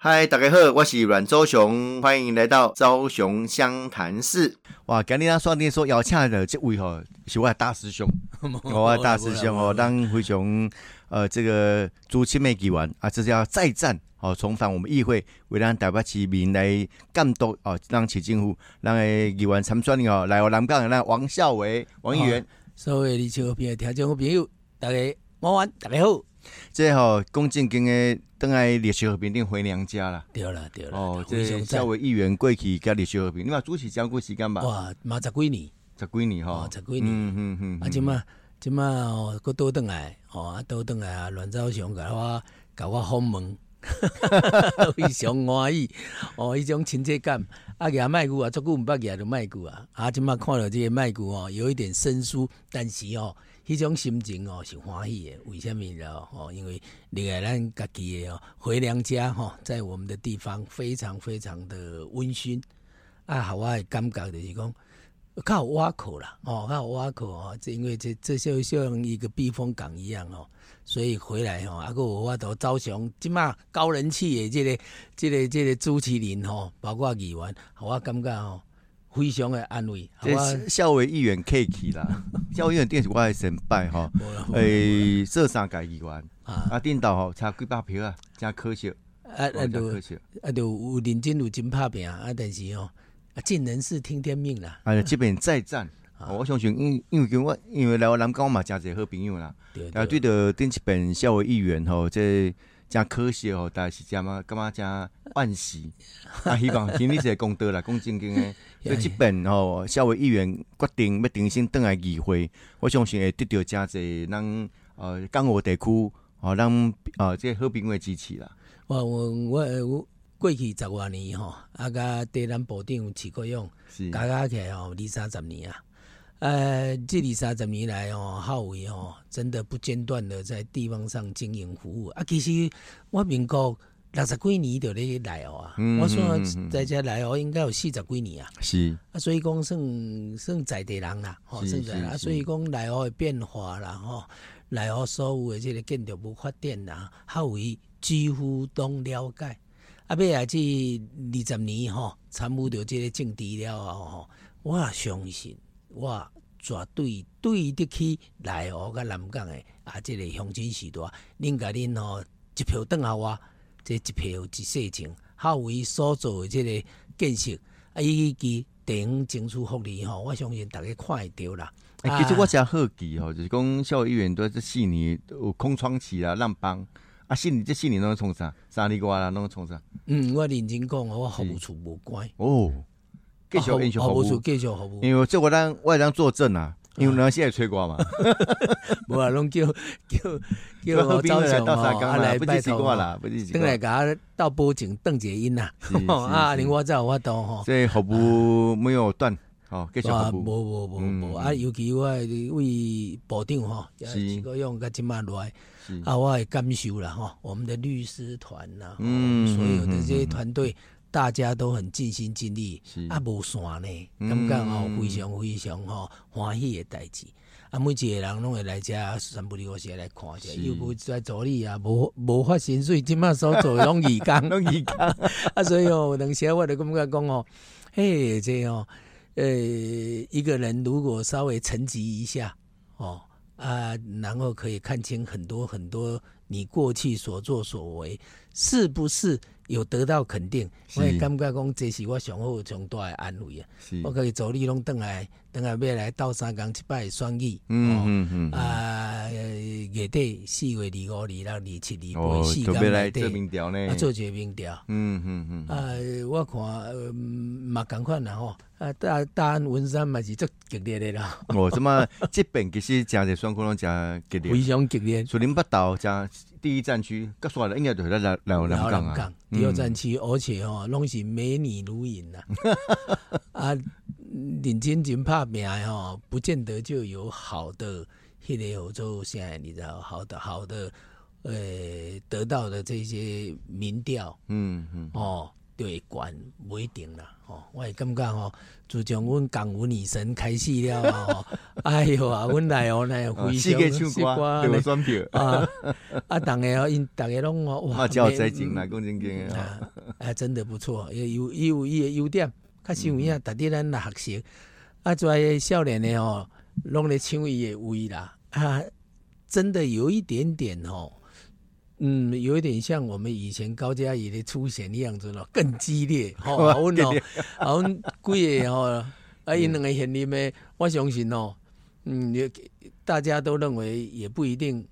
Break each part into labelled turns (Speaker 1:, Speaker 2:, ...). Speaker 1: 嗨，大家好，我是阮周雄，欢迎来到昭雄湘潭市。哇，今日咱选定说邀请的这位吼，是我的大师兄，
Speaker 2: 哦
Speaker 1: 我的大师兄哦，让灰熊呃这个朱青妹给完啊，这是要再战哦，重返我们议会，为咱台北市民来监督哦，让市政府让诶议员参选的哦，来哦，南港的咱王孝伟王议员，
Speaker 2: 所有你手边的听众朋友，大家晚安，大家好。
Speaker 1: 这吼、讲正经的，等来历史和平顶回娘家啦。
Speaker 2: 对啦，对啦，
Speaker 1: 哦，
Speaker 2: 非常
Speaker 1: 这
Speaker 2: 赞
Speaker 1: 校委议员过去甲历史和平，你嘛主持讲过时间吧？
Speaker 2: 哇，嘛十几年，
Speaker 1: 十几年吼、
Speaker 2: 哦，十几年，
Speaker 1: 嗯嗯嗯，
Speaker 2: 啊，即嘛即嘛哦，佫倒转来，哦，啊，倒转来啊，阮兆雄甲我甲我访问， 非常欢喜，哦，迄种亲切感。啊，举麦牛啊，足久毋捌举着麦牛啊，啊，即嘛看到即个麦牛哦，有一点生疏，但是哦，迄种心情哦是欢喜的。为什么呢？哦，因为你来咱家己的哦，回娘家吼、哦，在我们的地方非常非常的温馨。啊，互我的感觉就是讲，较有挖口啦，哦，较有挖口哦，这因为这这就像一个避风港一样哦，所以回来吼、哦，啊个有法度招商，即马高人气的这个、这个、这个主持人吼、包括议员，互我感觉吼、非常的安慰，啊互我
Speaker 1: 这校委议员 K 去 啦，校委议员顶是我的先拜吼，
Speaker 2: 无啦无啦
Speaker 1: 诶、做三届议员，
Speaker 2: 哎啊
Speaker 1: 啊，顶头吼差几百票啊，真可惜，
Speaker 2: 啊啊
Speaker 1: 真可
Speaker 2: 都
Speaker 1: 惜。
Speaker 2: 啊都有认真有真拍拼啊，但是吼、哦，啊尽人事听天命啦，
Speaker 1: 啊，这边再战。
Speaker 2: 啊
Speaker 1: 哦我相信，因因为我因为来我南港我嘛，真侪好朋友啦。
Speaker 2: 对
Speaker 1: 啊，对
Speaker 2: 对
Speaker 1: 着顶一本校委议员吼，这真可惜吼，但是真嘛，感觉真惋惜。啊，希望今日一个公道啦，讲正经的。所以这本吼，校委议员决定要重新登来议会，我相信会得到真侪咱呃港澳地区哦，咱呃这好朋友的支持啦。
Speaker 2: 我我我我过去十外年吼，啊甲地南部长有饲过养。
Speaker 1: 是，
Speaker 2: 加加起来哦，二三十年啊。呃，这二三十年来哦，浩伟哦，真的不间断的在地方上经营服务啊。其实我民国六十几年就咧来哦啊，
Speaker 1: 嗯
Speaker 2: 我算
Speaker 1: 嗯嗯
Speaker 2: 在这来哦，应该有四十几年啊。
Speaker 1: 是，
Speaker 2: 啊，所以讲算算在地人啦，吼、
Speaker 1: 是
Speaker 2: 算在地人啊，
Speaker 1: 是
Speaker 2: 所以讲内湖的变化啦，吼、内湖所有的这个建筑物发展啦，较为几乎拢了解。啊，尾来这二十年吼，参与到这个政治了后吼，我也相信我绝对对得起内湖甲南港的啊，这个乡亲时代，恁甲恁吼一票等下我，这一票一世情，较为所做的这个建设。啊，以及地方争取福利吼，我相信大家看会到啦。
Speaker 1: 哎、
Speaker 2: 啊
Speaker 1: 其实我真好奇吼，就是讲校委议员在这四年有空窗期啦、浪帮啊，四年这四年拢在创啥？三年外啦，拢在创啥？
Speaker 2: 嗯，我认真讲哦，我服务处无关，
Speaker 1: 哦，继续
Speaker 2: 啊
Speaker 1: 延续
Speaker 2: 服
Speaker 1: 服
Speaker 2: 务处
Speaker 1: 务，嗯
Speaker 2: 继续服务，
Speaker 1: 因为这我当我当作证啊，因为人现在催我嘛，
Speaker 2: 无啊，拢叫 叫叫
Speaker 1: 喝
Speaker 2: 我
Speaker 1: 冰
Speaker 2: 招
Speaker 1: 来
Speaker 2: 上
Speaker 1: 到三
Speaker 2: 吼，
Speaker 1: 江
Speaker 2: 啊
Speaker 1: 啦，
Speaker 2: 来
Speaker 1: 不
Speaker 2: 拜
Speaker 1: 是习
Speaker 2: 托
Speaker 1: 惯
Speaker 2: 吼，
Speaker 1: 啦，不是习
Speaker 2: 等来
Speaker 1: 惯。
Speaker 2: 甲我到保证邓一个音啦，
Speaker 1: 是
Speaker 2: 吼啊，
Speaker 1: 是
Speaker 2: 另外才有法度吼。
Speaker 1: 所以服务没有断，哦，继续
Speaker 2: 哇，
Speaker 1: 服
Speaker 2: 无
Speaker 1: 务。
Speaker 2: 无无无
Speaker 1: 嗯
Speaker 2: 啊！尤其我的为部长吼，也
Speaker 1: 是
Speaker 2: 是个用甲即马来
Speaker 1: 是
Speaker 2: 啊，我的感受啦吼，我们的律师团呐，吼
Speaker 1: 嗯
Speaker 2: 所有的
Speaker 1: 嗯
Speaker 2: 这些
Speaker 1: 嗯
Speaker 2: 团队，大家都很尽心尽力
Speaker 1: 是，
Speaker 2: 啊，无散呢，
Speaker 1: 嗯
Speaker 2: 感觉吼非常非常吼欢喜的代志。啊，每一个人拢会来遮三不五时来看者，
Speaker 1: 是
Speaker 2: 又无在助理啊，无无发薪水，即马所做的拢义 工，
Speaker 1: 拢伊讲，
Speaker 2: 啊，所以哦，有当时我就感觉讲哦，嘿，这哦，呃，一个人如果稍微沉寂一下，哦啊，然后可以看清很多很多你过去所作所为是不是有得到肯定，
Speaker 1: 是
Speaker 2: 我也感觉讲这是我上好上大的安慰啊。
Speaker 1: 是，
Speaker 2: 我可以走你拢等来，等来要来到三江一摆双语，
Speaker 1: 嗯嗯嗯，
Speaker 2: 哦啊，呃月底四月二五、二六、二七、二
Speaker 1: 哦
Speaker 2: 八，四
Speaker 1: 准备
Speaker 2: 天
Speaker 1: 来
Speaker 2: 内
Speaker 1: 做
Speaker 2: 底，
Speaker 1: 民调呢
Speaker 2: 啊，，做一个民调。
Speaker 1: 嗯嗯嗯，
Speaker 2: 啊，我看呃嘛共款啦吼，啊，大大安文山嘛是足激烈的啦，
Speaker 1: 哦，这么这边其实真侪选区拢真激烈
Speaker 2: 非。常激烈。
Speaker 1: 树林北道加第一战区，甲刷了应该就是咱来来南港啊。
Speaker 2: 第二战区，而且吼拢是美女如云呐， 啊，认真真拍拼的吼，不见得就有好的迄个合作现在你知道好的好的呃得到的这些民调
Speaker 1: 嗯嗯，
Speaker 2: 哦，就会悬，不一定啦。哦，我会感觉吼，自从阮港文女神开始了吼， 哎哟啊，阮内湖内非
Speaker 1: 世
Speaker 2: 常
Speaker 1: 呃哦界唱歌啊对我
Speaker 2: 呢
Speaker 1: 选票，
Speaker 2: 啊啊，逐个哦，因逐个拢哦，哇，
Speaker 1: 啊，叫
Speaker 2: 没嗯
Speaker 1: 才情啦，讲真经的
Speaker 2: 啊，啊，真的不错，也有也有伊的优点，确实有
Speaker 1: 嗯
Speaker 2: 影，值得咱来学习。啊，遮少年的吼，拢咧抢伊的位啦，啊，真的有一点点吼，嗯，有一点像我们以前高嘉怡的出现的样子咯，更激烈，吼、
Speaker 1: 哇
Speaker 2: 啊，阮
Speaker 1: 更
Speaker 2: 哦
Speaker 1: 烈，嗯
Speaker 2: 啊，阮 几个吼，啊，因两个现任的，我相信哦，嗯，也大家都认为也不一定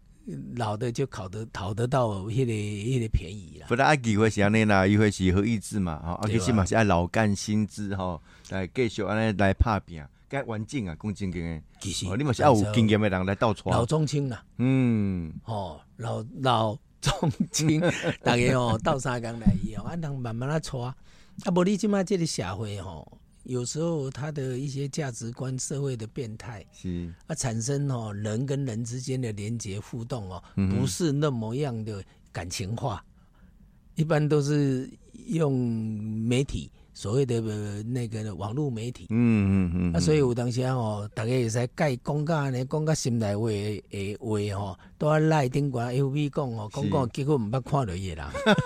Speaker 2: 老的就考得讨得到迄、个迄、个便宜啦。
Speaker 1: 不然啊，机会是安尼啦，一会是和意志嘛，吼，啊，
Speaker 2: 对
Speaker 1: 其
Speaker 2: 啊
Speaker 1: 实嘛是爱老干新知吼，来继续安尼来拍拼，该完整啊，讲真经的，
Speaker 2: 其实，
Speaker 1: 哦，你嘛是要有经验的人来倒
Speaker 2: 老
Speaker 1: 传，
Speaker 2: 中青啦，
Speaker 1: 嗯，
Speaker 2: 哦，老老中 青，大家哦到三工来伊哦，啊，人慢慢啊带，啊，无你即摆即个社会吼、有时候他的一些价值观、社会的变态，
Speaker 1: 是，
Speaker 2: 啊，产生哦人跟人之间的连接互动哦，
Speaker 1: 嗯哼
Speaker 2: 不是那么样的感情化，一般都是用媒体所谓的、呃那个网络媒体。
Speaker 1: 嗯嗯嗯，
Speaker 2: 啊，所以有当时啊吼，大家会使改讲到安尼，讲到心内话的的话吼，都啊赖顶悬 L V 讲吼，
Speaker 1: 是
Speaker 2: 讲讲结果毋捌看到伊的人，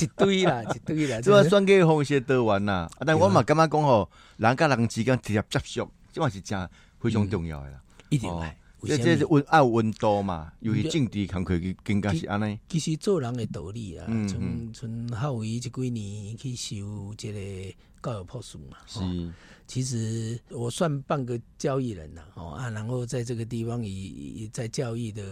Speaker 2: 一堆啦，一堆啦，
Speaker 1: 主要
Speaker 2: 真
Speaker 1: 选
Speaker 2: 的
Speaker 1: 举方式多元啦，啊，但我嘛感觉讲吼，人甲人之间直接接触，这嘛是真非常重要的啦。
Speaker 2: 一定来。
Speaker 1: 哦这
Speaker 2: 为
Speaker 1: 这
Speaker 2: 嗯什
Speaker 1: 是
Speaker 2: 么？嗯
Speaker 1: 温爱温度嘛，尤其
Speaker 2: 对
Speaker 1: 政治工课更加是安尼。
Speaker 2: 其实做人的道理啦，
Speaker 1: 嗯
Speaker 2: 像像浩伟这几年去修这个教育博士嘛，
Speaker 1: 是
Speaker 2: 吼，其实我算半个教育人呐、哦啊，然后在这个地方以以在教育的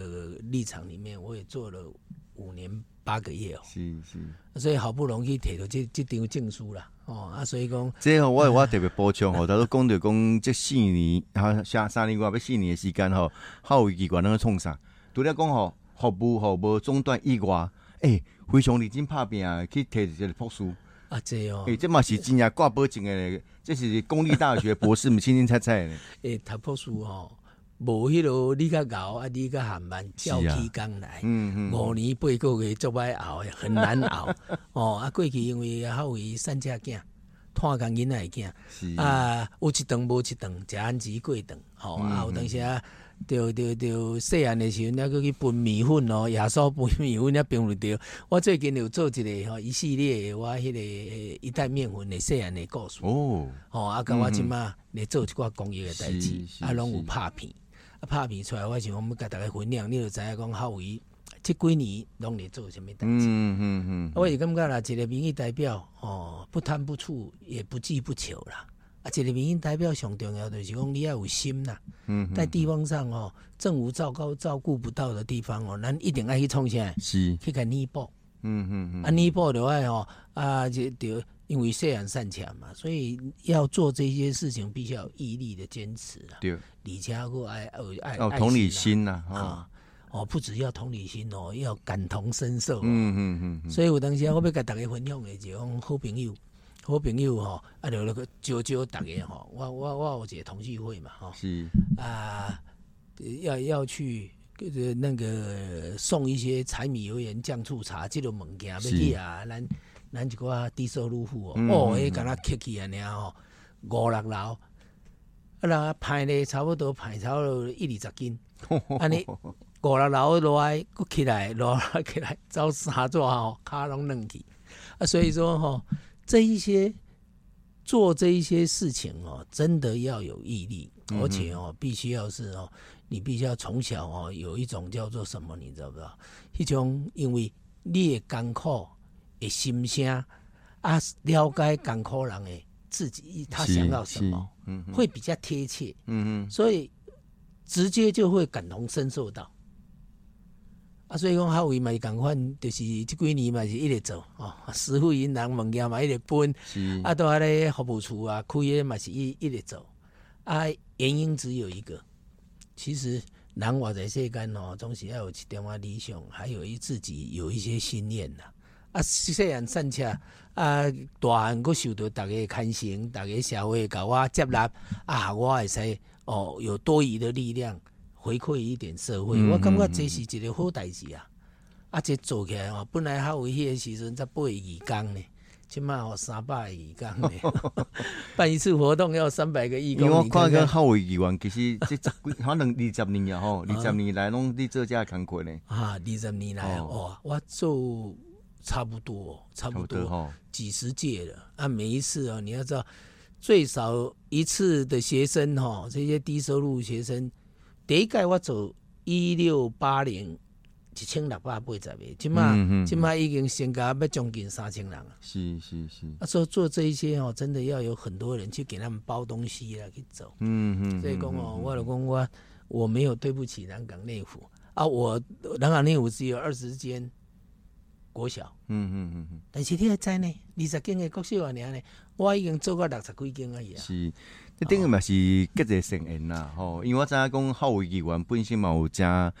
Speaker 2: 立场里面，我也做了五年八个月哦。
Speaker 1: 是是，
Speaker 2: 所以好不容易摕到这这张证书啦，哦啊，所以讲
Speaker 1: 这吼我我特别补充吼，头都讲着讲这四年，啊，下三年外要四年的时间吼，校友机关拢在创啥？除了讲吼服务吼无中断以外，诶，非常认真拍拼的去摕一个博士，
Speaker 2: 啊，这哦，
Speaker 1: 诶，这嘛是真正挂保证的，这是公立大学博士，毋清清菜菜 的。
Speaker 2: 诶，读博士吼，无迄落你较熬啊，你较含慢，
Speaker 1: 是啊
Speaker 2: 照起工来，
Speaker 1: 嗯嗯，
Speaker 2: 五年八个月足歹熬的，很难熬。 哦啊，过去因为还有三只囝，拖工囡仔的囝。
Speaker 1: 是
Speaker 2: 啊，有一顿无一顿，食安子过顿，吼、
Speaker 1: 嗯
Speaker 2: 啊，有当时啊，着着着细汉的时阵，还佫去分米粉咯，耶稣分米粉也并唔着。我最近有做一个吼一系列的我迄、个呃一袋面粉的细汉的故事，吼、
Speaker 1: 哦，
Speaker 2: 啊，甲我即马咧做一寡公益的代志
Speaker 1: 是，是
Speaker 2: 啊，拢有
Speaker 1: 是
Speaker 2: 拍片，啊，拍片出来，我想讲要甲大家分享，你就知影讲浩伟即几年拢咧做啥物代志。
Speaker 1: 嗯嗯嗯
Speaker 2: 啊，我是感觉啦，一个民意代表哦，不贪不醋，也不计不求啦。啊，一个民意代表上重要就是讲你要有心啦，
Speaker 1: 嗯，
Speaker 2: 在地方上哦，政府照顾照顾不到的地方哦，咱一定爱去创啥，
Speaker 1: 是，
Speaker 2: 去甲弥补。
Speaker 1: 嗯嗯嗯，
Speaker 2: 啊，弥补的话哦，啊，就就因为虽然善巧嘛，所以要做这些事情必须要有毅力的坚持啦，
Speaker 1: 对，
Speaker 2: 而且还有爱有爱
Speaker 1: 哦，
Speaker 2: 爱
Speaker 1: 同理
Speaker 2: 哎啦
Speaker 1: 心呐，哦，
Speaker 2: 啊，哦，不只要同理心哦，要感同身受哦。
Speaker 1: 嗯嗯嗯嗯，
Speaker 2: 所以有当时啊，我要甲大家分享的就讲好朋友，好朋友吼、啊，就那个招招大家吼、我我我有一个同事会嘛吼、
Speaker 1: 是，
Speaker 2: 啊，呃要要去呃那个送一些柴米油盐酱醋茶这种物件要
Speaker 1: 是
Speaker 2: 去啊，咱咱一寡低收入户哦，
Speaker 1: 嗯
Speaker 2: 哦，
Speaker 1: 嗯
Speaker 2: 迄敢若客气安尼啊吼，五六楼，啊那派咧差不多派差不多一二十斤，
Speaker 1: 哦
Speaker 2: 安尼五六楼落来，佫起来，落来起来，走三座吼，骹拢软去。啊，所以说吼、这一些做这一些事情哦，真的要有毅力，而且哦，必须要是哦，你必须要从小哦有一种叫做什么，你知道不知道？一种因为你的艰苦的心声啊，了解艰苦人的自己他想要什么，，
Speaker 1: 嗯
Speaker 2: 会比较贴切。
Speaker 1: 嗯嗯，
Speaker 2: 所以直接就会感同身受到。啊，所以讲浩伟嘛，共款就是即几年嘛是一直做哦，师傅银行物件嘛一直分，
Speaker 1: 是，
Speaker 2: 啊，到啊咧服务处啊，开的嘛是一一直做。啊，原因只有一个，其实人活在世间哦，总是要有一点啊理想，还有一自己有一些信念呐、啊，细汉散车，啊，大汉佫受到大家的牵绳，大家社会甲我接纳，啊，我会使哦有多余的力量回馈一点社会，
Speaker 1: 嗯
Speaker 2: 我感觉这是一个好代志啊。啊，这做起来哦，本来还有迄个时阵才八二工呢，即卖吼三百个义工 呢，办一次活动要三百个义
Speaker 1: 因为
Speaker 2: 工，
Speaker 1: 我
Speaker 2: 你
Speaker 1: 看
Speaker 2: 看
Speaker 1: 个
Speaker 2: 看
Speaker 1: 好委员，其 实这十几好像二十年了吼，二十年来拢伫做这工课呢，
Speaker 2: 啊，二十年来哦
Speaker 1: 哦
Speaker 2: 我做差不多，差
Speaker 1: 差
Speaker 2: 不
Speaker 1: 不多哦
Speaker 2: 多
Speaker 1: 吼。
Speaker 2: 几十届了啊，每一次哦，你要知道最少一次的学生哈、哦，这些低收入学生，第一届我走一六八零。一千六百八十个，即马
Speaker 1: 嗯嗯嗯
Speaker 2: 即马已经升加要将近三千人啊！
Speaker 1: 是是是，
Speaker 2: 啊，所以做这一些哦，真的要有很多人去给他们包东西啦，去走。
Speaker 1: 嗯嗯，
Speaker 2: 所以讲哦，
Speaker 1: 嗯，
Speaker 2: 我老公我我没有对不起南港内湖啊，我南港内湖只有二十间国小，
Speaker 1: 嗯嗯嗯嗯，
Speaker 2: 但是你还知呢，二十间的国小啊，呢，我已经做过六十几间而已啊。
Speaker 1: 是，这等于嘛是结一个成缘啦
Speaker 2: 哦
Speaker 1: 吼，因为我知影讲好委员本身嘛有正啊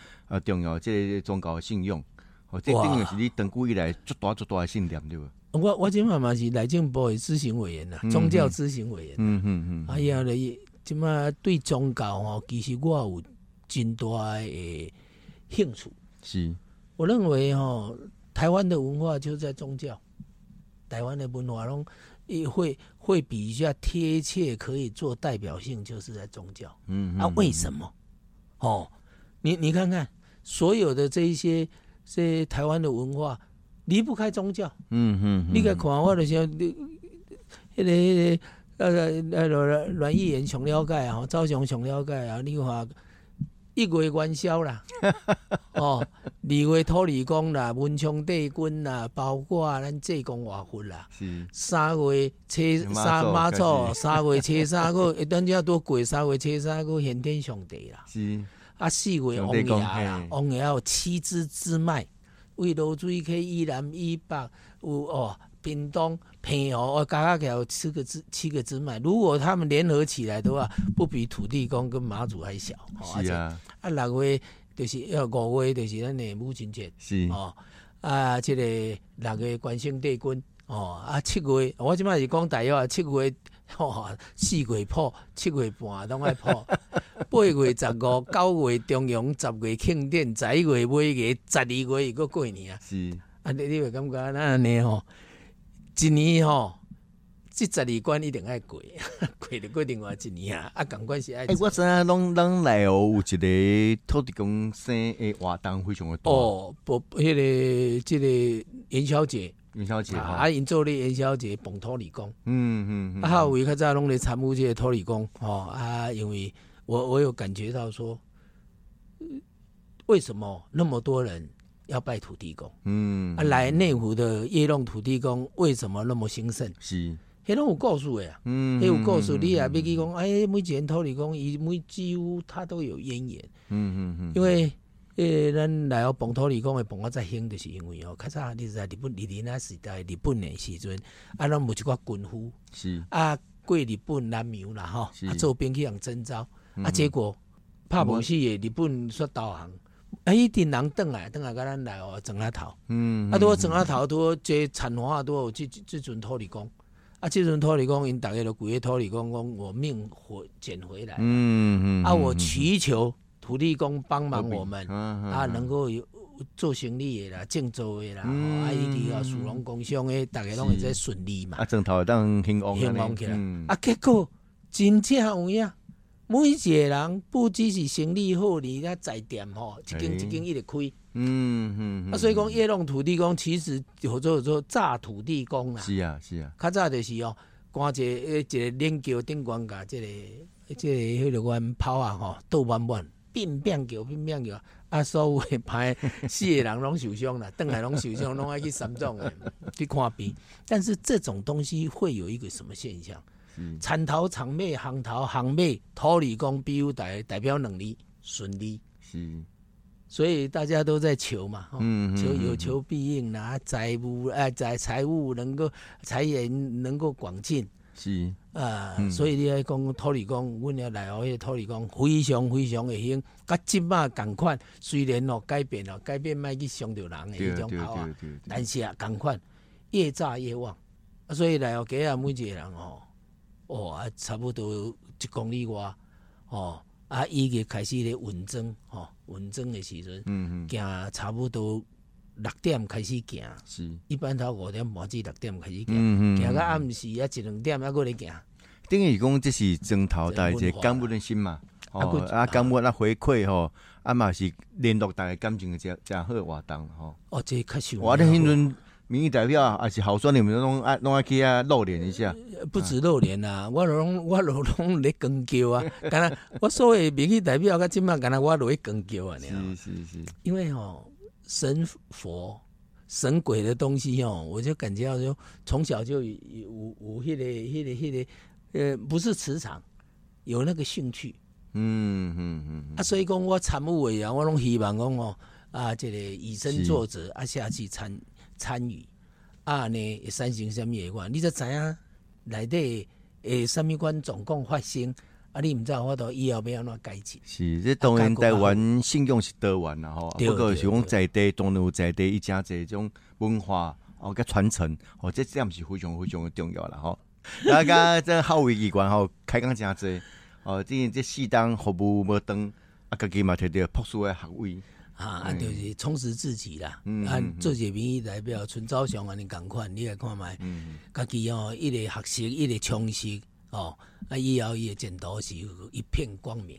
Speaker 1: 重要，即个宗教信仰，吼，这
Speaker 2: 哇
Speaker 1: 等于是你长久以来足大足大的信念对吧？
Speaker 2: 我我今嘛嘛是内政部的咨询委员呐，宗教咨询委员。
Speaker 1: 嗯嗯嗯，
Speaker 2: 哎呀，你即嘛对宗教吼，其实我有真大的兴趣。
Speaker 1: 是，
Speaker 2: 我认为哦，台湾的文化就在宗教，台湾的文化中也会会比较贴切，可以做代表性，就是在宗教
Speaker 1: 嗯
Speaker 2: 啊。为什么？哦，你你看看所有的这一些这些台湾的文化离不开宗教。
Speaker 1: 嗯嗯，
Speaker 2: 你个看我的时候，你迄个迄个呃呃阮阮议员上了解啊，赵雄上了解啊，你看一月元宵啦，哦，二月土地公啦，文昌帝君啦，包括咱济公活佛啦。
Speaker 1: 是，
Speaker 2: 三月初
Speaker 1: 妈祖
Speaker 2: 三妈祖，
Speaker 1: 开始
Speaker 2: 三月初 三个，一段要多过三月初三个玄天上帝啦，
Speaker 1: 是，
Speaker 2: 啊四月王
Speaker 1: 上帝
Speaker 2: 爷
Speaker 1: 公
Speaker 2: 啦
Speaker 1: 嘿，
Speaker 2: 王爷有七支支脉，为罗水溪以南以北有哦，屏东、平遥，哦，加加起来有七个支七个支脉。如果他们联合起来 的话，不比土地公跟马祖还小。哦、
Speaker 1: 是，啊，
Speaker 2: 啊六月就是要五月就是咱的母亲节。
Speaker 1: 是，
Speaker 2: 哦，啊，即、个六月关圣帝君，哦，啊七月，我即摆是讲大约啊七月，哦，四月破，七月半拢爱破，八月十五，九月中阳，十月庆典，十一月尾月，十二月又过过年啊，
Speaker 1: 是，
Speaker 2: 啊，你你会感觉咱安尼吼，一年吼、即十二关一定爱过， 过着过另外一年啊，啊，共款是爱
Speaker 1: 哎，
Speaker 2: 做。
Speaker 1: 我知影拢咱内湖有一个土地公生诶活动非常的大，
Speaker 2: 哦，不，迄、个即、个元宵节，
Speaker 1: 元宵节
Speaker 2: 啊，
Speaker 1: 吼，
Speaker 2: 啊，因做咧元宵节捧土地公，
Speaker 1: 嗯嗯嗯，
Speaker 2: 啊，还有位较早拢咧参与这个土地公哦啊，因为我我有感觉到说，呃为什么那么多人要拜土地公？
Speaker 1: 嗯
Speaker 2: 啊，，来内湖的夜弄土地公为什么那么兴盛？
Speaker 1: 是，
Speaker 2: 迄拢有故事的啊，
Speaker 1: 嗯
Speaker 2: 迄有故事，你也要去讲，哎，每一间土地公，伊每几乎他都有渊源，
Speaker 1: 嗯嗯嗯，
Speaker 2: 因为。诶，咱来到本土里讲的本我再兴，就是因为哦，较早你知道日本日治那时代日本的时阵，啊，咱有一寡军夫，
Speaker 1: 是，
Speaker 2: 啊，过日本南洋啦吼，
Speaker 1: 是嗯
Speaker 2: 啊，做兵去人征召，啊，结果拍无死的日本煞投降，啊，一定人转来，转来甲咱来哦，庄仔头，
Speaker 1: 嗯，
Speaker 2: 啊，拄好庄仔头拄好这产花拄好即即即阵土地公，啊，即阵土地公因逐个都规个土地公讲我命回捡回来，
Speaker 1: 嗯嗯，
Speaker 2: 啊，我祈求土地公帮忙我们啊，
Speaker 1: 啊
Speaker 2: 能够有。做生意的啦，郑州的啦，吼啊，
Speaker 1: 嗯
Speaker 2: 伊伫啊，属龙工商的，大家拢会
Speaker 1: 是
Speaker 2: 在顺利嘛
Speaker 1: 啊，。正头当兴旺
Speaker 2: 兴旺起来
Speaker 1: 嗯，
Speaker 2: 啊，结果真正有影，每一个人不只是生意好，而且在店吼，一间
Speaker 1: 哎
Speaker 2: 一间一直开。
Speaker 1: 嗯嗯，
Speaker 2: 啊，所以讲夜弄土地公，其实有做有做炸土地公啦。
Speaker 1: 是啊是啊，
Speaker 2: 较早就是哦，赶一个呃一个链桥顶悬甲即个即个迄个阮炮啊吼，倒弯弯，变变桥变变桥，啊，所有的 歹四个人拢受伤啦，邓来拢受伤，拢爱去三种的去看病。但是这种东西会有一个什么现象？
Speaker 1: 是
Speaker 2: 田头、长尾、行头、行尾、土理工 BU 代代表能力顺利，
Speaker 1: 是，
Speaker 2: 所以大家都在求嘛，哦、
Speaker 1: 嗯
Speaker 2: 求有求必应啦、啊，财务哎财财务能够财源能够广进
Speaker 1: 是，
Speaker 2: 啊，
Speaker 1: 嗯
Speaker 2: 所以你爱讲土理工，阮要来学迄个土理工，非常非常的兴，甲即马共款，虽然哦改变哦改变，莫去伤着人的
Speaker 1: 对
Speaker 2: 迄
Speaker 1: 对
Speaker 2: 种
Speaker 1: 对
Speaker 2: 跑啊。
Speaker 1: 对对，
Speaker 2: 但是啊，共款越炸越旺，啊，所以来哦，街啊，每一个人哦，哦啊，差不多一公里外，哦啊，伊个开始咧运装，哦，运装的时阵，
Speaker 1: 嗯嗯，
Speaker 2: 行差不多六点开始行，
Speaker 1: 是，
Speaker 2: 一般头五点半至六点开始行，
Speaker 1: 嗯
Speaker 2: 行到暗时啊一两点啊，搁咧行。
Speaker 1: 等于讲这是砖头大一个感恩的心嘛，吼啊感恩啊回馈吼，啊嘛是联络大家感情的真真好的活动吼。
Speaker 2: 哦，这较想
Speaker 1: 我咧迄阵民意代表啊，也是候选人，们拢爱拢爱去啊露脸一下，
Speaker 2: 不止露脸啊，我拢我拢拢咧光 叫啊，敢若我所谓民意代表到即摆敢若我落去光叫啊，尔。
Speaker 1: 是是，
Speaker 2: 因为哦，神佛、神鬼的东西哦，我就感觉到说，从小就有有有迄、个、迄、个、迄、个，呃，不是磁场，有那个兴趣
Speaker 1: 嗯嗯嗯，
Speaker 2: 啊。所以讲，我参务委员，我拢希望讲哦，啊，这个以身作则啊，下去参参与啊呢，会产生什么的话，你才知影内底诶，什么款状况发生啊，你毋知有法度以后要安怎改进。
Speaker 1: 是这当
Speaker 2: 啊
Speaker 1: 然台湾信用是台湾啦吼，啊
Speaker 2: 对
Speaker 1: 不过是
Speaker 2: 对
Speaker 1: 讲在地当然有在地伊诚侪种文化哦甲传承哦，这点是非常非常的重要啦吼。大 家这好为机关吼开讲诚侪哦，这这适当服务无当啊，家己嘛摕到博士的学位，
Speaker 2: 啊，啊
Speaker 1: 嗯
Speaker 2: 就是充实自己啦。
Speaker 1: 嗯
Speaker 2: 啊
Speaker 1: 嗯，
Speaker 2: 做一个民意代表，像赵翔安尼共款，你来看卖，
Speaker 1: 嗯
Speaker 2: 家己哦，一个学习，一个充实，哦，啊，以后伊的前途是有一片光明，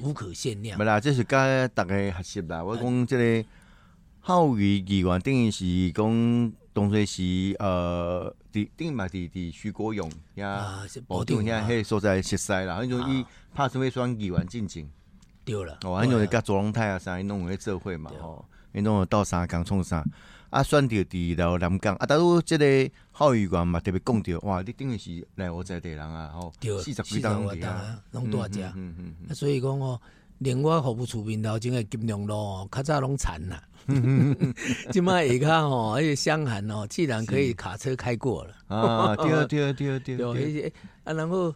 Speaker 2: 无可限量
Speaker 1: 咪。啦，这是甲逐个学习啦。我讲即个好奇意愿等于是讲当初是呃，伫等于嘛伫伫徐国勇
Speaker 2: 啊是
Speaker 1: 遐，
Speaker 2: 部
Speaker 1: 长遐
Speaker 2: 长
Speaker 1: 迄
Speaker 2: 啊
Speaker 1: 个哦所在熟悉啦，迄种伊拍算要选议员进前，
Speaker 2: 对了，
Speaker 1: 哦，迄种是甲左龙泰啊啥，因拢有咧做伙嘛哦吼，因拢有斗相共创啥。啊，选着伫了南港啊，但如即个好奇员嘛特别讲着，哇，你等于是来我在地人啊，吼，
Speaker 2: 对了，
Speaker 1: 四十
Speaker 2: 四
Speaker 1: 几
Speaker 2: 十
Speaker 1: 档
Speaker 2: 外
Speaker 1: 伫
Speaker 2: 档
Speaker 1: 遐，
Speaker 2: 啊，拢住遮。
Speaker 1: 嗯嗯
Speaker 2: 啊，所以讲哦，连我服务厝边头前的金融路哦，较早拢残啦。
Speaker 1: 嗯
Speaker 2: 即摆下骹吼，迄个湘涵哦，既然可以卡车开过了。
Speaker 1: 嗯，啊，对对对对
Speaker 2: 有
Speaker 1: 对
Speaker 2: 迄。些啊，然后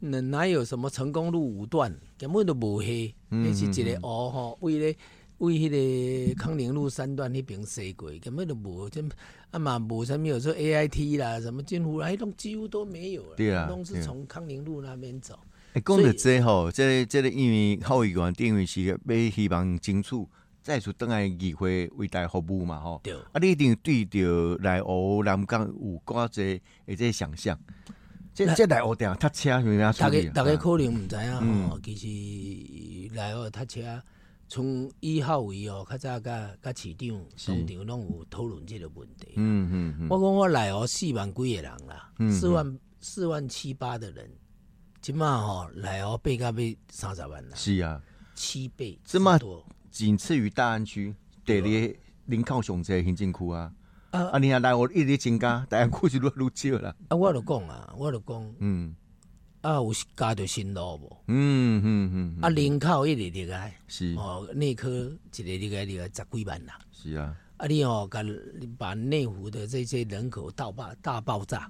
Speaker 2: 哪哪有什么成功路五段，根本都无迄，
Speaker 1: 嗯
Speaker 2: 迄是一个湖吼，为咧为迄个康宁路三段迄边西过，根本都无，真啊嘛无什么有说 A I T 啦，什么金湖啦，迄种几乎都没有了，
Speaker 1: 对啊
Speaker 2: 拢是
Speaker 1: 对啊
Speaker 2: 从康宁路那边走，
Speaker 1: 哎，讲到
Speaker 2: 所以
Speaker 1: 这吼，这个、这个因为好议员定位是要希望争取再次倒来议会为大家服务嘛吼。
Speaker 2: 对。
Speaker 1: 啊，你一定对着来湖南港有偌济诶，这个想象。这这来湖顶搭车是咩处
Speaker 2: 大
Speaker 1: 理
Speaker 2: 家
Speaker 1: 啊？嗯
Speaker 2: 大家可能毋知影吼，其实来哦，搭车从一号位哦，较早甲甲市长、总长拢有讨论即个问题。
Speaker 1: 嗯嗯嗯，
Speaker 2: 我讲我来哦，四万几个人啦，四万四万七八的人，即马吼来哦，背到要三十万啦，
Speaker 1: 是啊，
Speaker 2: 七倍
Speaker 1: 这
Speaker 2: 之
Speaker 1: 么
Speaker 2: 多。
Speaker 1: 仅次于大安区第二人口上济的行政区啊。
Speaker 2: 啊
Speaker 1: 啊，你啊来湖一直增加，大家区是愈来愈少啦。
Speaker 2: 啊，我就讲啊，我就讲
Speaker 1: 嗯
Speaker 2: 啊，有加着新路无？
Speaker 1: 嗯嗯嗯嗯，
Speaker 2: 啊，人口一直入来，
Speaker 1: 是
Speaker 2: 哦，内科一个入来入来十几万啦。
Speaker 1: 是啊，
Speaker 2: 啊，你哦，把把内湖的这些人口大爆大爆炸，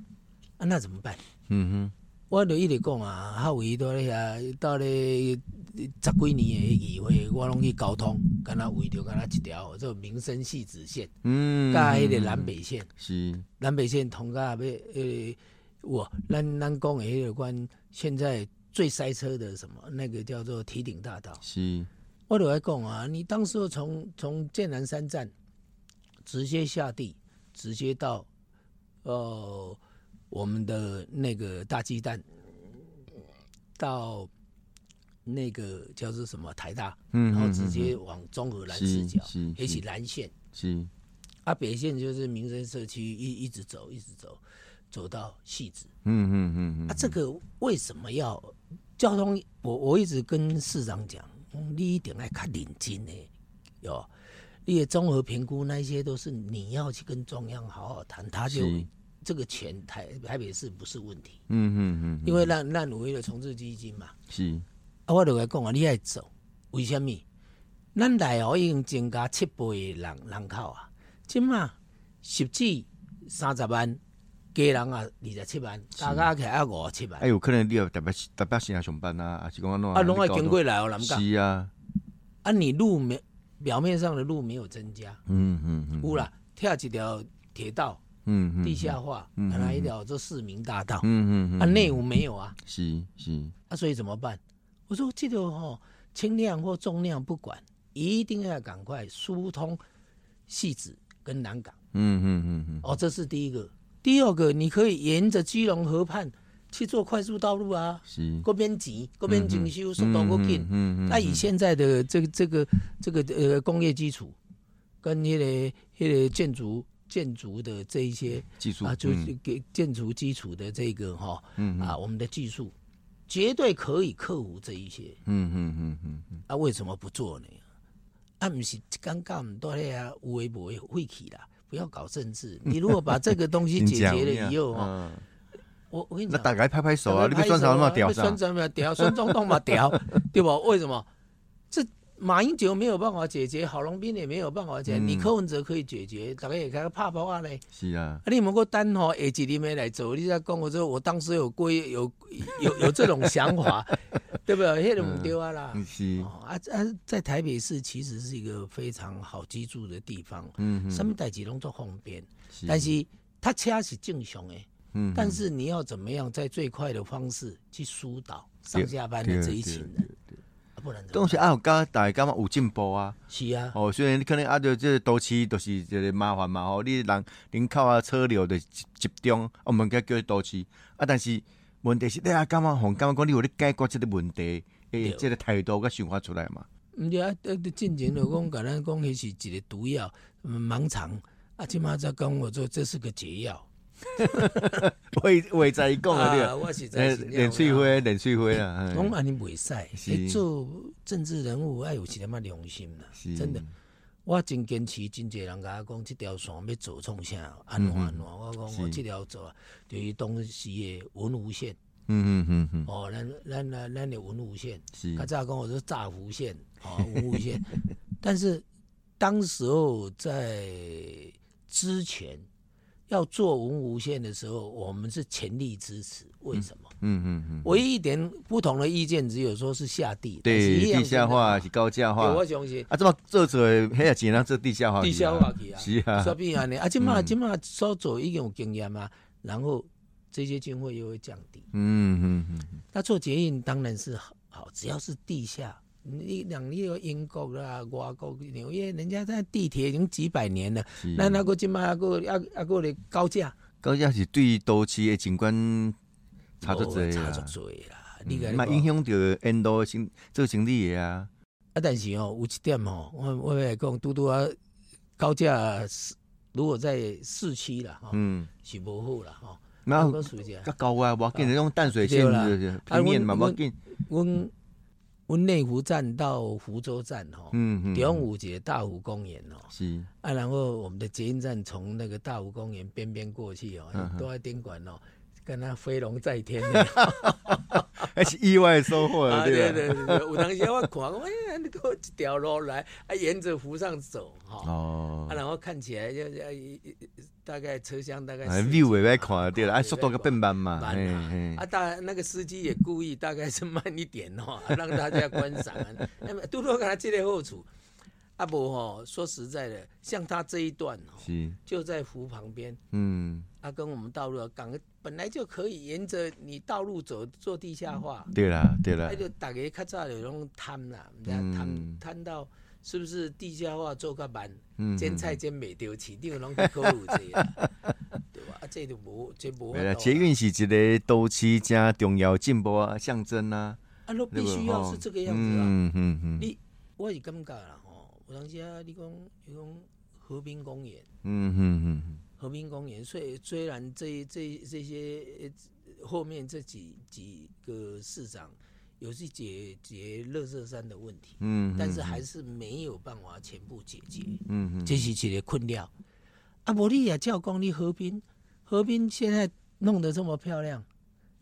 Speaker 2: 啊，那怎么办？
Speaker 1: 嗯
Speaker 2: 我就一直讲啊，哈维到咧遐，到咧十几年的议会，我拢去交通，敢若为着敢若一条做民生系子线，
Speaker 1: 哼，嗯，
Speaker 2: 甲迄个南北线，
Speaker 1: 是。
Speaker 2: 南北线通甲要呃，我咱咱讲的迄个关，现在最塞车的什么，那个叫做提顶大道。
Speaker 1: 是，
Speaker 2: 我就来讲啊，你当时从从剑南山站直接下地，直接到呃我们的那个大鸡蛋，到那个叫做什么台大，
Speaker 1: 嗯
Speaker 2: 然后
Speaker 1: 嗯
Speaker 2: 直
Speaker 1: 嗯
Speaker 2: 接往中和南
Speaker 1: 是
Speaker 2: 四角
Speaker 1: 是，
Speaker 2: 也起
Speaker 1: 是
Speaker 2: 南线，
Speaker 1: 是，
Speaker 2: 啊北线就是民生社区，一一直走一直走，走到戏子。
Speaker 1: 嗯嗯嗯嗯，
Speaker 2: 啊，这个为什么要交通？我我一直跟市长讲，嗯你一定要看领金呢，有哦你的综合评估那些都是你要去跟中央好好谈，他就是这个钱台台北市不是问题，
Speaker 1: 嗯嗯嗯嗯，
Speaker 2: 因为让让为的重置基金嘛，
Speaker 1: 是，
Speaker 2: 啊，我就来讲啊，你爱走，为什么？咱内湖已经增加七倍的人人口啊，即嘛十至三十万，家人啊二十七万，加加起来啊五十七万
Speaker 1: 哎，。有可能你要特别特别先来上班啊，还是讲安怎
Speaker 2: 啊，拢爱经过来哦，南港。
Speaker 1: 是啊，
Speaker 2: 啊，你路没表面上的路没有增加，
Speaker 1: 嗯嗯嗯
Speaker 2: 有啦，拆一条铁道
Speaker 1: 嗯嗯，
Speaker 2: 地下化，本来一条这市民大道，
Speaker 1: 嗯嗯
Speaker 2: 啊，
Speaker 1: 嗯，
Speaker 2: 内湖没有啊，
Speaker 1: 是是，
Speaker 2: 啊，所以怎么办？我说这个吼、轻量或重量不管，一定要赶快疏通戏子跟南港。
Speaker 1: 嗯嗯嗯嗯，
Speaker 2: 哦，这是第一个。第二个，你可以沿着基隆河畔去做快速道路啊，
Speaker 1: 是，
Speaker 2: 过边急，过边精修，速度过紧。啊
Speaker 1: 嗯
Speaker 2: 那以现在的这个这个这个呃工业基础，跟那个那个建筑建筑的这一些
Speaker 1: 技术
Speaker 2: 啊，就是
Speaker 1: 嗯
Speaker 2: 给建筑基础的这个哈、
Speaker 1: 嗯
Speaker 2: 啊，我们的技术绝对可以克服这一些。
Speaker 1: 嗯嗯嗯嗯嗯，
Speaker 2: 啊，为什么不做呢？啊，不是刚刚多咧啊，无为不为晦气啦，不要搞政治。你如果把这个 东西解决了以后啊，
Speaker 1: 嗯
Speaker 2: 我我跟你
Speaker 1: 那
Speaker 2: 讲，
Speaker 1: 大家拍拍手啊，你
Speaker 2: 被
Speaker 1: 被酸潮那么屌
Speaker 2: 酸
Speaker 1: 上，
Speaker 2: 潮嘛屌，酸中痛嘛屌，对不？为什么？这马英九没有办法解决，郝龙斌也没有办法解决，
Speaker 1: 嗯
Speaker 2: 你柯文哲可以解决，大家也开怕不啊嘞？
Speaker 1: 是啊
Speaker 2: 啊，，你们个单吼，下一年没来做，你才讲我说，我当时有过有有有这种想法，对不对？那种丢啊啦。
Speaker 1: 是，
Speaker 2: 哦啊啊，在台北市其实是一个非常好居住的地方，
Speaker 1: 嗯
Speaker 2: 什
Speaker 1: 嗯，
Speaker 2: 么代志拢做方便，但是它车是正常的，
Speaker 1: 嗯，
Speaker 2: 但是你要怎么样在最快的方式去疏导上下班的这一群人，啊不然怎么
Speaker 1: 东西
Speaker 2: 办？
Speaker 1: 啊，有加大家嘛有进步啊。
Speaker 2: 是啊，
Speaker 1: 哦，虽然你可能啊，就这都市都是一个麻烦嘛，吼、哦你人人口啊、车流的集集中，啊我们该叫都市啊，但是问题是，你啊，感觉红感觉讲你有咧解决这个问题，诶、
Speaker 2: 对
Speaker 1: 这个态度甲想法出来嘛，
Speaker 2: 唔对啊，呃，进前就讲，甲咱讲，迄是一个毒药，嗯盲肠。啊，即马才讲我说这是个解药。
Speaker 1: 我会我会知伊讲的
Speaker 2: 啊，
Speaker 1: 对，
Speaker 2: 我是在
Speaker 1: 诶，冷水花，冷水花啊 哎啦，
Speaker 2: 讲安尼袂使，
Speaker 1: 是
Speaker 2: 诶做政治人物哎要有一点仔良心啦，真的。我真坚持，真侪人甲我讲，即条线要做创啥，安怎安怎。我讲
Speaker 1: 是
Speaker 2: 我即条做啊，就是当时的文无线
Speaker 1: 嗯嗯嗯嗯，
Speaker 2: 哦，咱咱咱咱的文无线，
Speaker 1: 是
Speaker 2: 较早讲我说炸湖线哦，文 无线。但是当时候在之前要做文无线的时候，我们是全力支持。为什么？
Speaker 1: 嗯嗯嗯，
Speaker 2: 唯一一点不同的意见，只有说是下地，但是
Speaker 1: 对，
Speaker 2: 一样
Speaker 1: 地下化是
Speaker 2: 真的
Speaker 1: 高价
Speaker 2: 好对
Speaker 1: 化
Speaker 2: 我，相信。
Speaker 1: 啊，这么做做迄个钱人做地下化，
Speaker 2: 地下化去啊，
Speaker 1: 是啊，
Speaker 2: 煞变安尼啊，即马即马所做已经有经验啊，然后这些经费又会降低。
Speaker 1: 嗯嗯嗯。
Speaker 2: 那做捷运当然是好，好只要是地下，你两你有英国啦、外国纽约，人家在地铁已经几百年了，
Speaker 1: 是
Speaker 2: 那那个即马啊个啊啊个咧高架，
Speaker 1: 高价是对都市的景观差足侪
Speaker 2: 哦差
Speaker 1: 啦
Speaker 2: 足，多啦。你甲
Speaker 1: 嗯
Speaker 2: 你
Speaker 1: 嘛
Speaker 2: 讲
Speaker 1: 影响到因都生做生理的啊，
Speaker 2: 啊，但是哦，有一点哦，我我来讲，拄拄啊高架市如果在市区啦，吼、
Speaker 1: 嗯，
Speaker 2: 是无好啦，吼、哦
Speaker 1: 那
Speaker 2: 我讲一下
Speaker 1: 较高啊，无要紧，那种淡水线
Speaker 2: 哦对啦
Speaker 1: 就是
Speaker 2: 啊
Speaker 1: 平面嘛，
Speaker 2: 阮
Speaker 1: 无要紧，
Speaker 2: 阮阮内湖站到福州站吼、
Speaker 1: 嗯嗯，
Speaker 2: 中午节大湖公园哦，
Speaker 1: 是，
Speaker 2: 啊，然后我们的捷运站从那个大湖公园边边过去哦
Speaker 1: 嗯，哼
Speaker 2: 都在宾馆哦，跟他飞龙 在天呢。
Speaker 1: 还是意外收获了，
Speaker 2: 啊，对
Speaker 1: 对吧？
Speaker 2: 对对，有当时我看，我哎呀，你给我一条路来，啊，沿着湖上走哈，
Speaker 1: 哦
Speaker 2: 啊，，然后看起来就就一一一大概车厢大概
Speaker 1: 啊
Speaker 2: 十几
Speaker 1: ，view 会歹
Speaker 2: 吧
Speaker 1: 看对啦，啊，
Speaker 2: 啊
Speaker 1: 速度个变慢嘛，
Speaker 2: 慢
Speaker 1: 嘿
Speaker 2: 啊
Speaker 1: 嘿
Speaker 2: 啊，大那个司机也故意大概是慢一点哦，啊让大家观赏啊。那么多多给他这类后厨，啊不哦，说实在的，像他这一段哦，
Speaker 1: 是，
Speaker 2: 就在湖旁边，
Speaker 1: 嗯，
Speaker 2: 啊，跟我们道路港本来就可以沿着你道路走做地下化，
Speaker 1: 对啦对啦
Speaker 2: 那、，就大家较早有种贪啦，人家
Speaker 1: 哎嗯
Speaker 2: 贪贪到是不是地下化做较慢，
Speaker 1: 嗯，
Speaker 2: 煎菜煎袂掉，市场拢去考虑这个 啦，对吧？啊，这就无这
Speaker 1: 对
Speaker 2: 无法度
Speaker 1: 啦，
Speaker 2: 啦。
Speaker 1: 捷运是一个都市正重要的进步啊，象征啊，
Speaker 2: 啊，都
Speaker 1: 对
Speaker 2: 必
Speaker 1: 不
Speaker 2: 须要是这个样子啊。
Speaker 1: 嗯嗯嗯
Speaker 2: 你我是感觉啦吼，有当时啊，你讲你讲和平公园，
Speaker 1: 嗯嗯嗯。
Speaker 2: 和平公园虽虽然这这这些呃后面这几几个市长有去解决乐色山的问题，
Speaker 1: 嗯，
Speaker 2: 但
Speaker 1: 嗯
Speaker 2: 是还是没有办法全部解决，
Speaker 1: 嗯嗯
Speaker 2: 这是一个困扰。啊，无你也照讲你和平，和平现在弄得这么漂亮，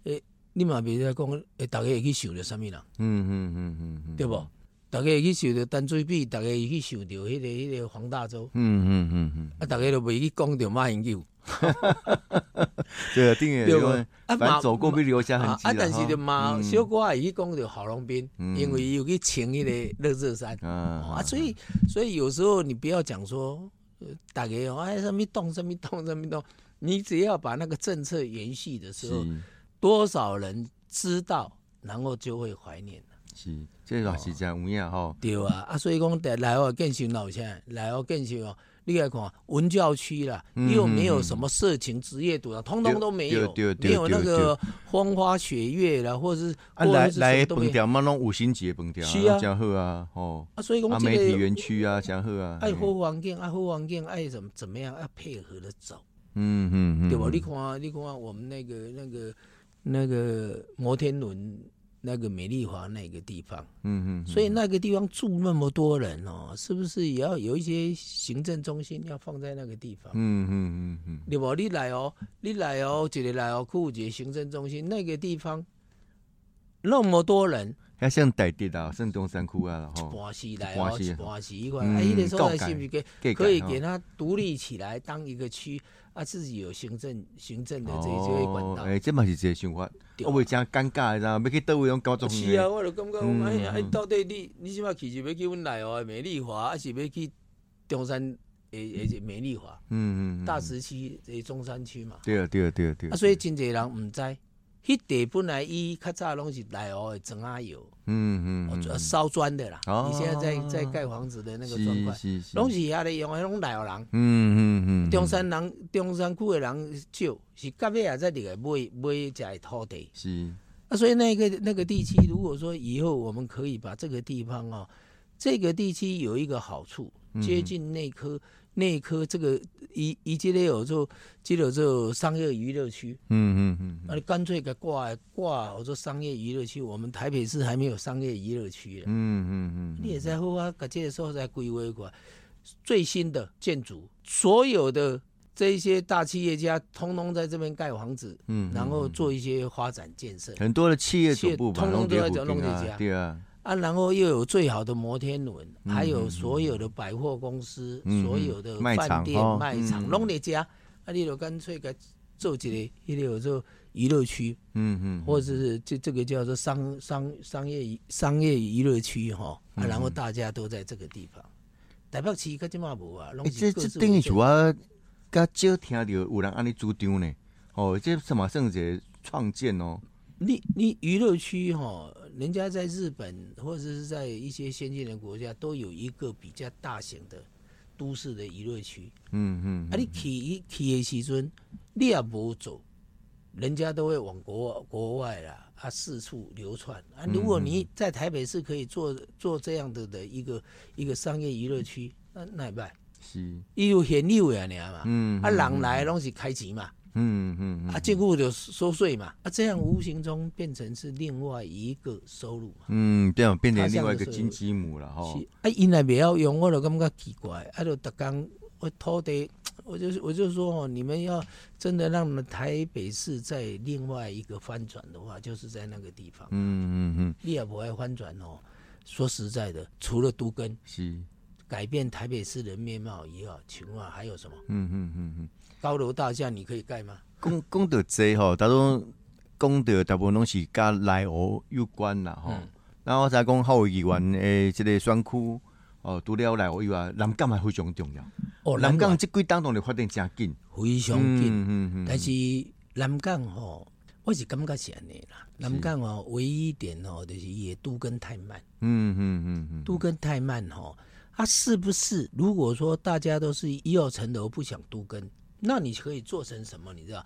Speaker 2: 诶、你嘛别再讲，诶，大家会去想着什么人？
Speaker 1: 嗯嗯嗯嗯嗯，
Speaker 2: 对不？大家会去想到淡水比，大家会去想到迄、个迄、个黄大洲，
Speaker 1: 嗯嗯嗯嗯，
Speaker 2: 啊，大家都袂去讲到马英九，
Speaker 1: 对，定也
Speaker 2: 对不？
Speaker 1: 为
Speaker 2: 啊
Speaker 1: 反
Speaker 2: 嘛
Speaker 1: 正走过必留下痕
Speaker 2: 啊
Speaker 1: 迹
Speaker 2: 啊，但是就嘛，小
Speaker 1: 嗯
Speaker 2: 可也会去讲到郝龙斌，
Speaker 1: 嗯
Speaker 2: 因为伊有去穿迄个乐色衫，
Speaker 1: 啊
Speaker 2: 哦啊，所以
Speaker 1: 嗯
Speaker 2: 所以有时候你不要讲说，呃大家哦，哎，什么动什么动什么动，你只要把那个政策延续的时候，
Speaker 1: 是
Speaker 2: 多少人知道，然后就会怀念。
Speaker 1: 是，这也是真有影吼，
Speaker 2: 对啊，啊，所以讲，来来哦，建修老先，来哦，建修哦，你来看文教区啦，
Speaker 1: 嗯
Speaker 2: 又没有什么色情职业赌场，通通都没有
Speaker 1: 对对，对
Speaker 2: 没有那
Speaker 1: 对
Speaker 2: 个风花雪月啦，或者是
Speaker 1: 啊，
Speaker 2: 或
Speaker 1: 来
Speaker 2: 者是什
Speaker 1: 来
Speaker 2: 么都没
Speaker 1: 饭
Speaker 2: 有
Speaker 1: 店嘛，拢五星级的饭店，
Speaker 2: 是啊
Speaker 1: 真好啊，哦，
Speaker 2: 啊，所以
Speaker 1: 啊，
Speaker 2: 讲
Speaker 1: 媒体
Speaker 2: 这个
Speaker 1: 园区啊，真好啊，
Speaker 2: 爱
Speaker 1: 嘿
Speaker 2: 好环境，爱好环境，爱怎么怎么样，要配合的走。
Speaker 1: 嗯嗯嗯，
Speaker 2: 对吧？
Speaker 1: 嗯
Speaker 2: 你看，你看我们那个那个那个摩天轮那个美丽华那个地方，
Speaker 1: 嗯嗯，
Speaker 2: 所以那个地方住那么多人哦，是不是也要有一些行政中心要放在那个地方？
Speaker 1: 嗯嗯嗯嗯
Speaker 2: 对吧？你来哦，你来哦，一个来哦，库一个行政中心那个地方。那么多人，
Speaker 1: 嗯，还像台地啊，像中山区啊，然
Speaker 2: 一
Speaker 1: 后
Speaker 2: 半是来
Speaker 1: 一
Speaker 2: 哦，
Speaker 1: 半是
Speaker 2: 一半是一块，
Speaker 1: 嗯
Speaker 2: 哎，那个所
Speaker 1: 够
Speaker 2: 在
Speaker 1: 改哦
Speaker 2: 是不是给
Speaker 1: 可以
Speaker 2: 可以给它独立起来，当一个区啊，自己有行政行政的这这些管
Speaker 1: 哦
Speaker 2: 道
Speaker 1: 哎，。诶哦这嘛是一个想法，
Speaker 2: 对
Speaker 1: 我
Speaker 2: 吧
Speaker 1: 会真尴尬，你知道吗？要去倒位拢搞中
Speaker 2: 是啊，我就感觉讲，
Speaker 1: 嗯
Speaker 2: 哎呀，
Speaker 1: 嗯
Speaker 2: 哎
Speaker 1: 嗯
Speaker 2: 到底你你即摆去是要去阮内湖的美丽华，还是要去中山诶诶美丽华、
Speaker 1: 嗯嗯，嗯
Speaker 2: 大，石区诶中山区嘛？
Speaker 1: 对啊对啊对啊对
Speaker 2: 啊，所以真侪人毋知，迄地本来伊较早拢是内湖的砖啊油，
Speaker 1: 嗯嗯
Speaker 2: 哦
Speaker 1: 嗯
Speaker 2: 砖
Speaker 1: 嗯，
Speaker 2: 烧砖的啦。
Speaker 1: 哦
Speaker 2: 你现在在在盖房子的那个砖块，
Speaker 1: 是是是，
Speaker 2: 拢是遐咧用的，拢内湖人。
Speaker 1: 嗯嗯嗯，
Speaker 2: 中山人、中山区的人少，是到尾啊才入来买买遮土地。
Speaker 1: 是，嗯
Speaker 2: 啊，所以那个那个地区，如果说以后我们可以把这个地方哦，这个地区有一个好处，接
Speaker 1: 嗯
Speaker 2: 近内科，内科这个一一这类有做，这个做商业娱乐区，
Speaker 1: 嗯嗯嗯
Speaker 2: 啊，你干脆给挂挂好做商业娱乐区。我们台北市还没有商业娱乐区
Speaker 1: 嗯
Speaker 2: 呢，
Speaker 1: 嗯嗯
Speaker 2: 你也在后啊，把这个时候再规划过来，最新的建筑，所有的这一些大企业家，通通在这边盖房子，
Speaker 1: 嗯，
Speaker 2: 然后做一些发展建设。
Speaker 1: 很多的企业总部吧，
Speaker 2: 企业通通都在讲
Speaker 1: 拢
Speaker 2: 弄
Speaker 1: 在
Speaker 2: 这
Speaker 1: 啊，
Speaker 2: 家
Speaker 1: 对啊，
Speaker 2: 啊，然后又有最好的摩天轮，还有所有的百货公司、
Speaker 1: 嗯
Speaker 2: 所有的
Speaker 1: 卖
Speaker 2: 饭
Speaker 1: 场
Speaker 2: 店、
Speaker 1: 哦
Speaker 2: 卖
Speaker 1: 嗯
Speaker 2: 场拢在家，啊，你就干脆给它做一个，一个做娱乐区，
Speaker 1: 嗯嗯，
Speaker 2: 或者是这这个叫做商商商业商业娱乐区哈、啊，然后
Speaker 1: 嗯
Speaker 2: 大家都在这个地方。台北市可即嘛无啊，拢
Speaker 1: 欸
Speaker 2: 是
Speaker 1: 这
Speaker 2: 各
Speaker 1: 这
Speaker 2: 自
Speaker 1: 等于
Speaker 2: 为
Speaker 1: 是啊
Speaker 2: 政
Speaker 1: 我较少听到有人安尼主张呢。哦，这什么算一个创建哦？
Speaker 2: 你你娱乐区哈、人家在日本或者是在一些先进的国家都有一个比较大型的都市的娱乐区。
Speaker 1: 嗯
Speaker 2: 啊，
Speaker 1: 嗯，
Speaker 2: 你去去的时阵，你也无走，人家都会往国国外啦，啊四处流窜啊。如
Speaker 1: 嗯
Speaker 2: 果你在台北市可以做做这样的的一个一个商业娱乐区，那那也拜，
Speaker 1: 是，
Speaker 2: 伊有现有的尔嘛，
Speaker 1: 嗯
Speaker 2: 啊人来拢是开钱嘛，
Speaker 1: 嗯嗯
Speaker 2: 啊政府就收税嘛，啊这样无形中变成是另外一个收入嘛。
Speaker 1: 嗯，这样变成另外一个金鸡母了哈。
Speaker 2: 是啊，因也袂晓用，我就感觉奇怪，啊，就逐工我土地，我就是我就说哦，你们要真的让我们台北市在另外一个翻转的话，就是在那个地方，
Speaker 1: 嗯嗯嗯，
Speaker 2: 你也不爱翻转哦。说实在的，除了都根
Speaker 1: 是，
Speaker 2: 改变台北市的面貌以外，请问还有什么？
Speaker 1: 嗯嗯嗯嗯。
Speaker 2: 高楼大厦你可以盖吗？
Speaker 1: 讲讲到这吼，大多讲到大部分拢是甲内湖有关啦
Speaker 2: 嗯
Speaker 1: 吼。那我才讲后议员诶，即个选区哦，除了内湖以外，南港也非常重要。
Speaker 2: 哦，
Speaker 1: 南
Speaker 2: 南
Speaker 1: 港
Speaker 2: 港
Speaker 1: 即几当当然发展真紧，
Speaker 2: 非常紧，
Speaker 1: 嗯嗯
Speaker 2: 但是南港吼、我是感觉是安尼啦。南港哦，唯一一点哦，就是也都根太慢。
Speaker 1: 嗯嗯嗯
Speaker 2: 都跟太慢哈，它、是不是？如果说大家都是一二层楼不想都跟，那你可以做成什么？你知道？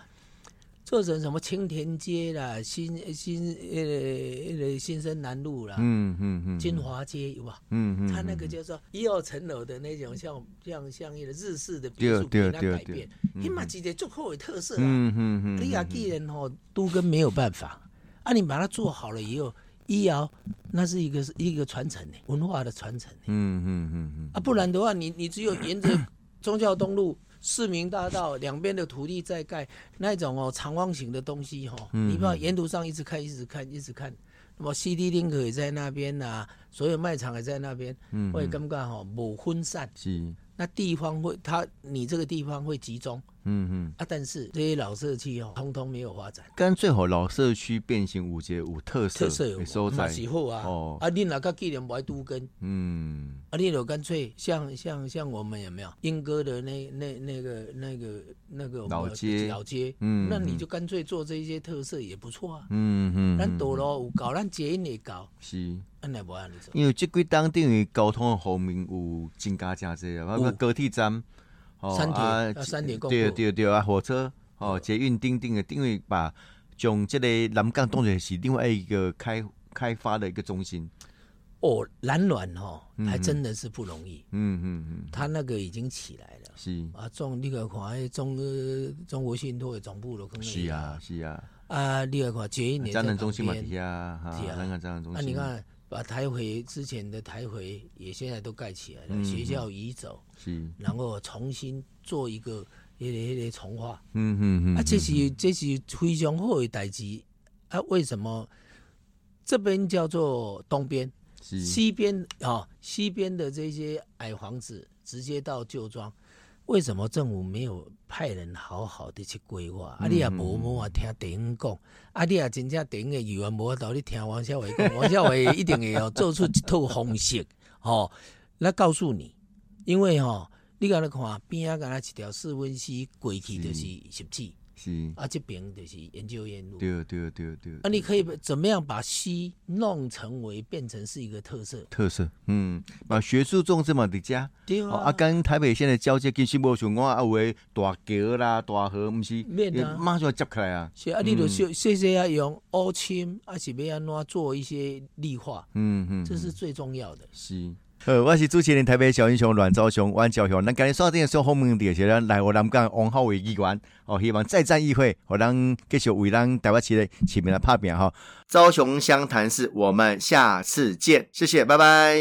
Speaker 2: 做成什么青田街啦、新新呃呃新生南路啦、
Speaker 1: 嗯嗯嗯
Speaker 2: 金华街有吧？
Speaker 1: 嗯嗯，
Speaker 2: 它那个叫做一二层楼的那种像像像一个日式的
Speaker 1: 对
Speaker 2: 别墅，
Speaker 1: 对
Speaker 2: 给它
Speaker 1: 对
Speaker 2: 改
Speaker 1: 对
Speaker 2: 变，你嘛几个足够有特色啊。
Speaker 1: 嗯嗯嗯，
Speaker 2: 你啊，既然吼都跟没有办法，啊，你把它做好了以后，医疗那是一个一个传承呢，文化的传承呢。
Speaker 1: 嗯嗯嗯嗯，
Speaker 2: 啊，不然的话，你你只有沿着宗教东路、 市民大道两边的土地在盖那种哦长方形的东西哈、哦，
Speaker 1: 嗯
Speaker 2: 你不要沿途上一直看、一直看、一直看。那么 CD Link 也在那边呐、所有卖场也在那边，
Speaker 1: 嗯
Speaker 2: 会感觉哈、哦、某分散，
Speaker 1: 是，
Speaker 2: 那地方会它你这个地方会集中
Speaker 1: 嗯嗯，
Speaker 2: 啊，但是这些老社区哦，通通没有发展。
Speaker 1: 干脆好老社区变成有一个有特色
Speaker 2: 特色有
Speaker 1: 的所
Speaker 2: 嘛
Speaker 1: 在，
Speaker 2: 是好啊，
Speaker 1: 哦
Speaker 2: 啊，你若较既然不爱都根，
Speaker 1: 嗯
Speaker 2: 啊，你就干脆像像像我们有没有英哥的那那那个那个那个我们
Speaker 1: 老街
Speaker 2: 老街，
Speaker 1: 嗯
Speaker 2: 那你就干脆做这些特色也不错啊。
Speaker 1: 嗯嗯，
Speaker 2: 咱多咯有搞，咱捷运也搞，
Speaker 1: 是。
Speaker 2: 咱来不按你做。
Speaker 1: 因为即几当等于交通的方面有增加真济啊，包括高铁站、哦
Speaker 2: 三铁
Speaker 1: 啊
Speaker 2: 啊三铁共
Speaker 1: 对
Speaker 2: 步
Speaker 1: 对对啊，火车哦，捷运定定的，因为把将这个南港当成是另外一个开开发的一个中心，
Speaker 2: 哦，蓝卵哦，还真的是不容易，
Speaker 1: 嗯嗯嗯，
Speaker 2: 他那个已经起来了。
Speaker 1: 是
Speaker 2: 啊，中你个看，迄中呃中国信托的总部都可能
Speaker 1: 是啊是啊，
Speaker 2: 啊，你个看捷运也在
Speaker 1: 展览
Speaker 2: 旁
Speaker 1: 中心嘛底
Speaker 2: 边
Speaker 1: 下哈
Speaker 2: 是，啊
Speaker 1: 南港展览中
Speaker 2: 啊，
Speaker 1: 心，
Speaker 2: 你看把台回之前的台回也现在都盖起来了，
Speaker 1: 嗯
Speaker 2: 学校移走，
Speaker 1: 是，嗯
Speaker 2: 然后重新做一个迄个迄个重化，
Speaker 1: 嗯嗯，
Speaker 2: 啊，这
Speaker 1: 嗯
Speaker 2: 是这是非常好的代志啊。为什么这边叫做东边，
Speaker 1: 是
Speaker 2: 西边啊、西边的这些矮房子直接到旧庄，为什么政府没有派人好好的去规划？啊，你也无无法听地方讲，啊，你也真正地方的语言无法度，你听王小伟讲，王小伟一定会哦做出一套方式，吼、来告诉你，因为吼、你敢来看边啊，敢若一条四温溪过去就是十字，
Speaker 1: 是，
Speaker 2: 啊，这边就是研究院路。
Speaker 1: 嗯对对对对，
Speaker 2: 啊，你可以怎么样把溪弄成为变成是一个特色？
Speaker 1: 特色，嗯，嘛学术重视嘛伫遮。
Speaker 2: 对
Speaker 1: 哦，啊，跟台北县的交接其实无像我啊有诶大桥啦、大河，毋是，
Speaker 2: 免啊
Speaker 1: 它马上接起来啊。
Speaker 2: 是啊，你就说说说啊，用乌青，啊是要安怎做一些绿化，
Speaker 1: 嗯嗯，
Speaker 2: 这是最重要的。
Speaker 1: 是。呃，我是主持人台北小英雄阮昭雄、阮昭雄。咱今日刷电视访问的是咱来我南港王浩伟议员，哦，希望再战议会，和咱继续为咱台湾市的市民来拍拼哈。昭雄湘潭市，我们下次见，谢谢，拜拜。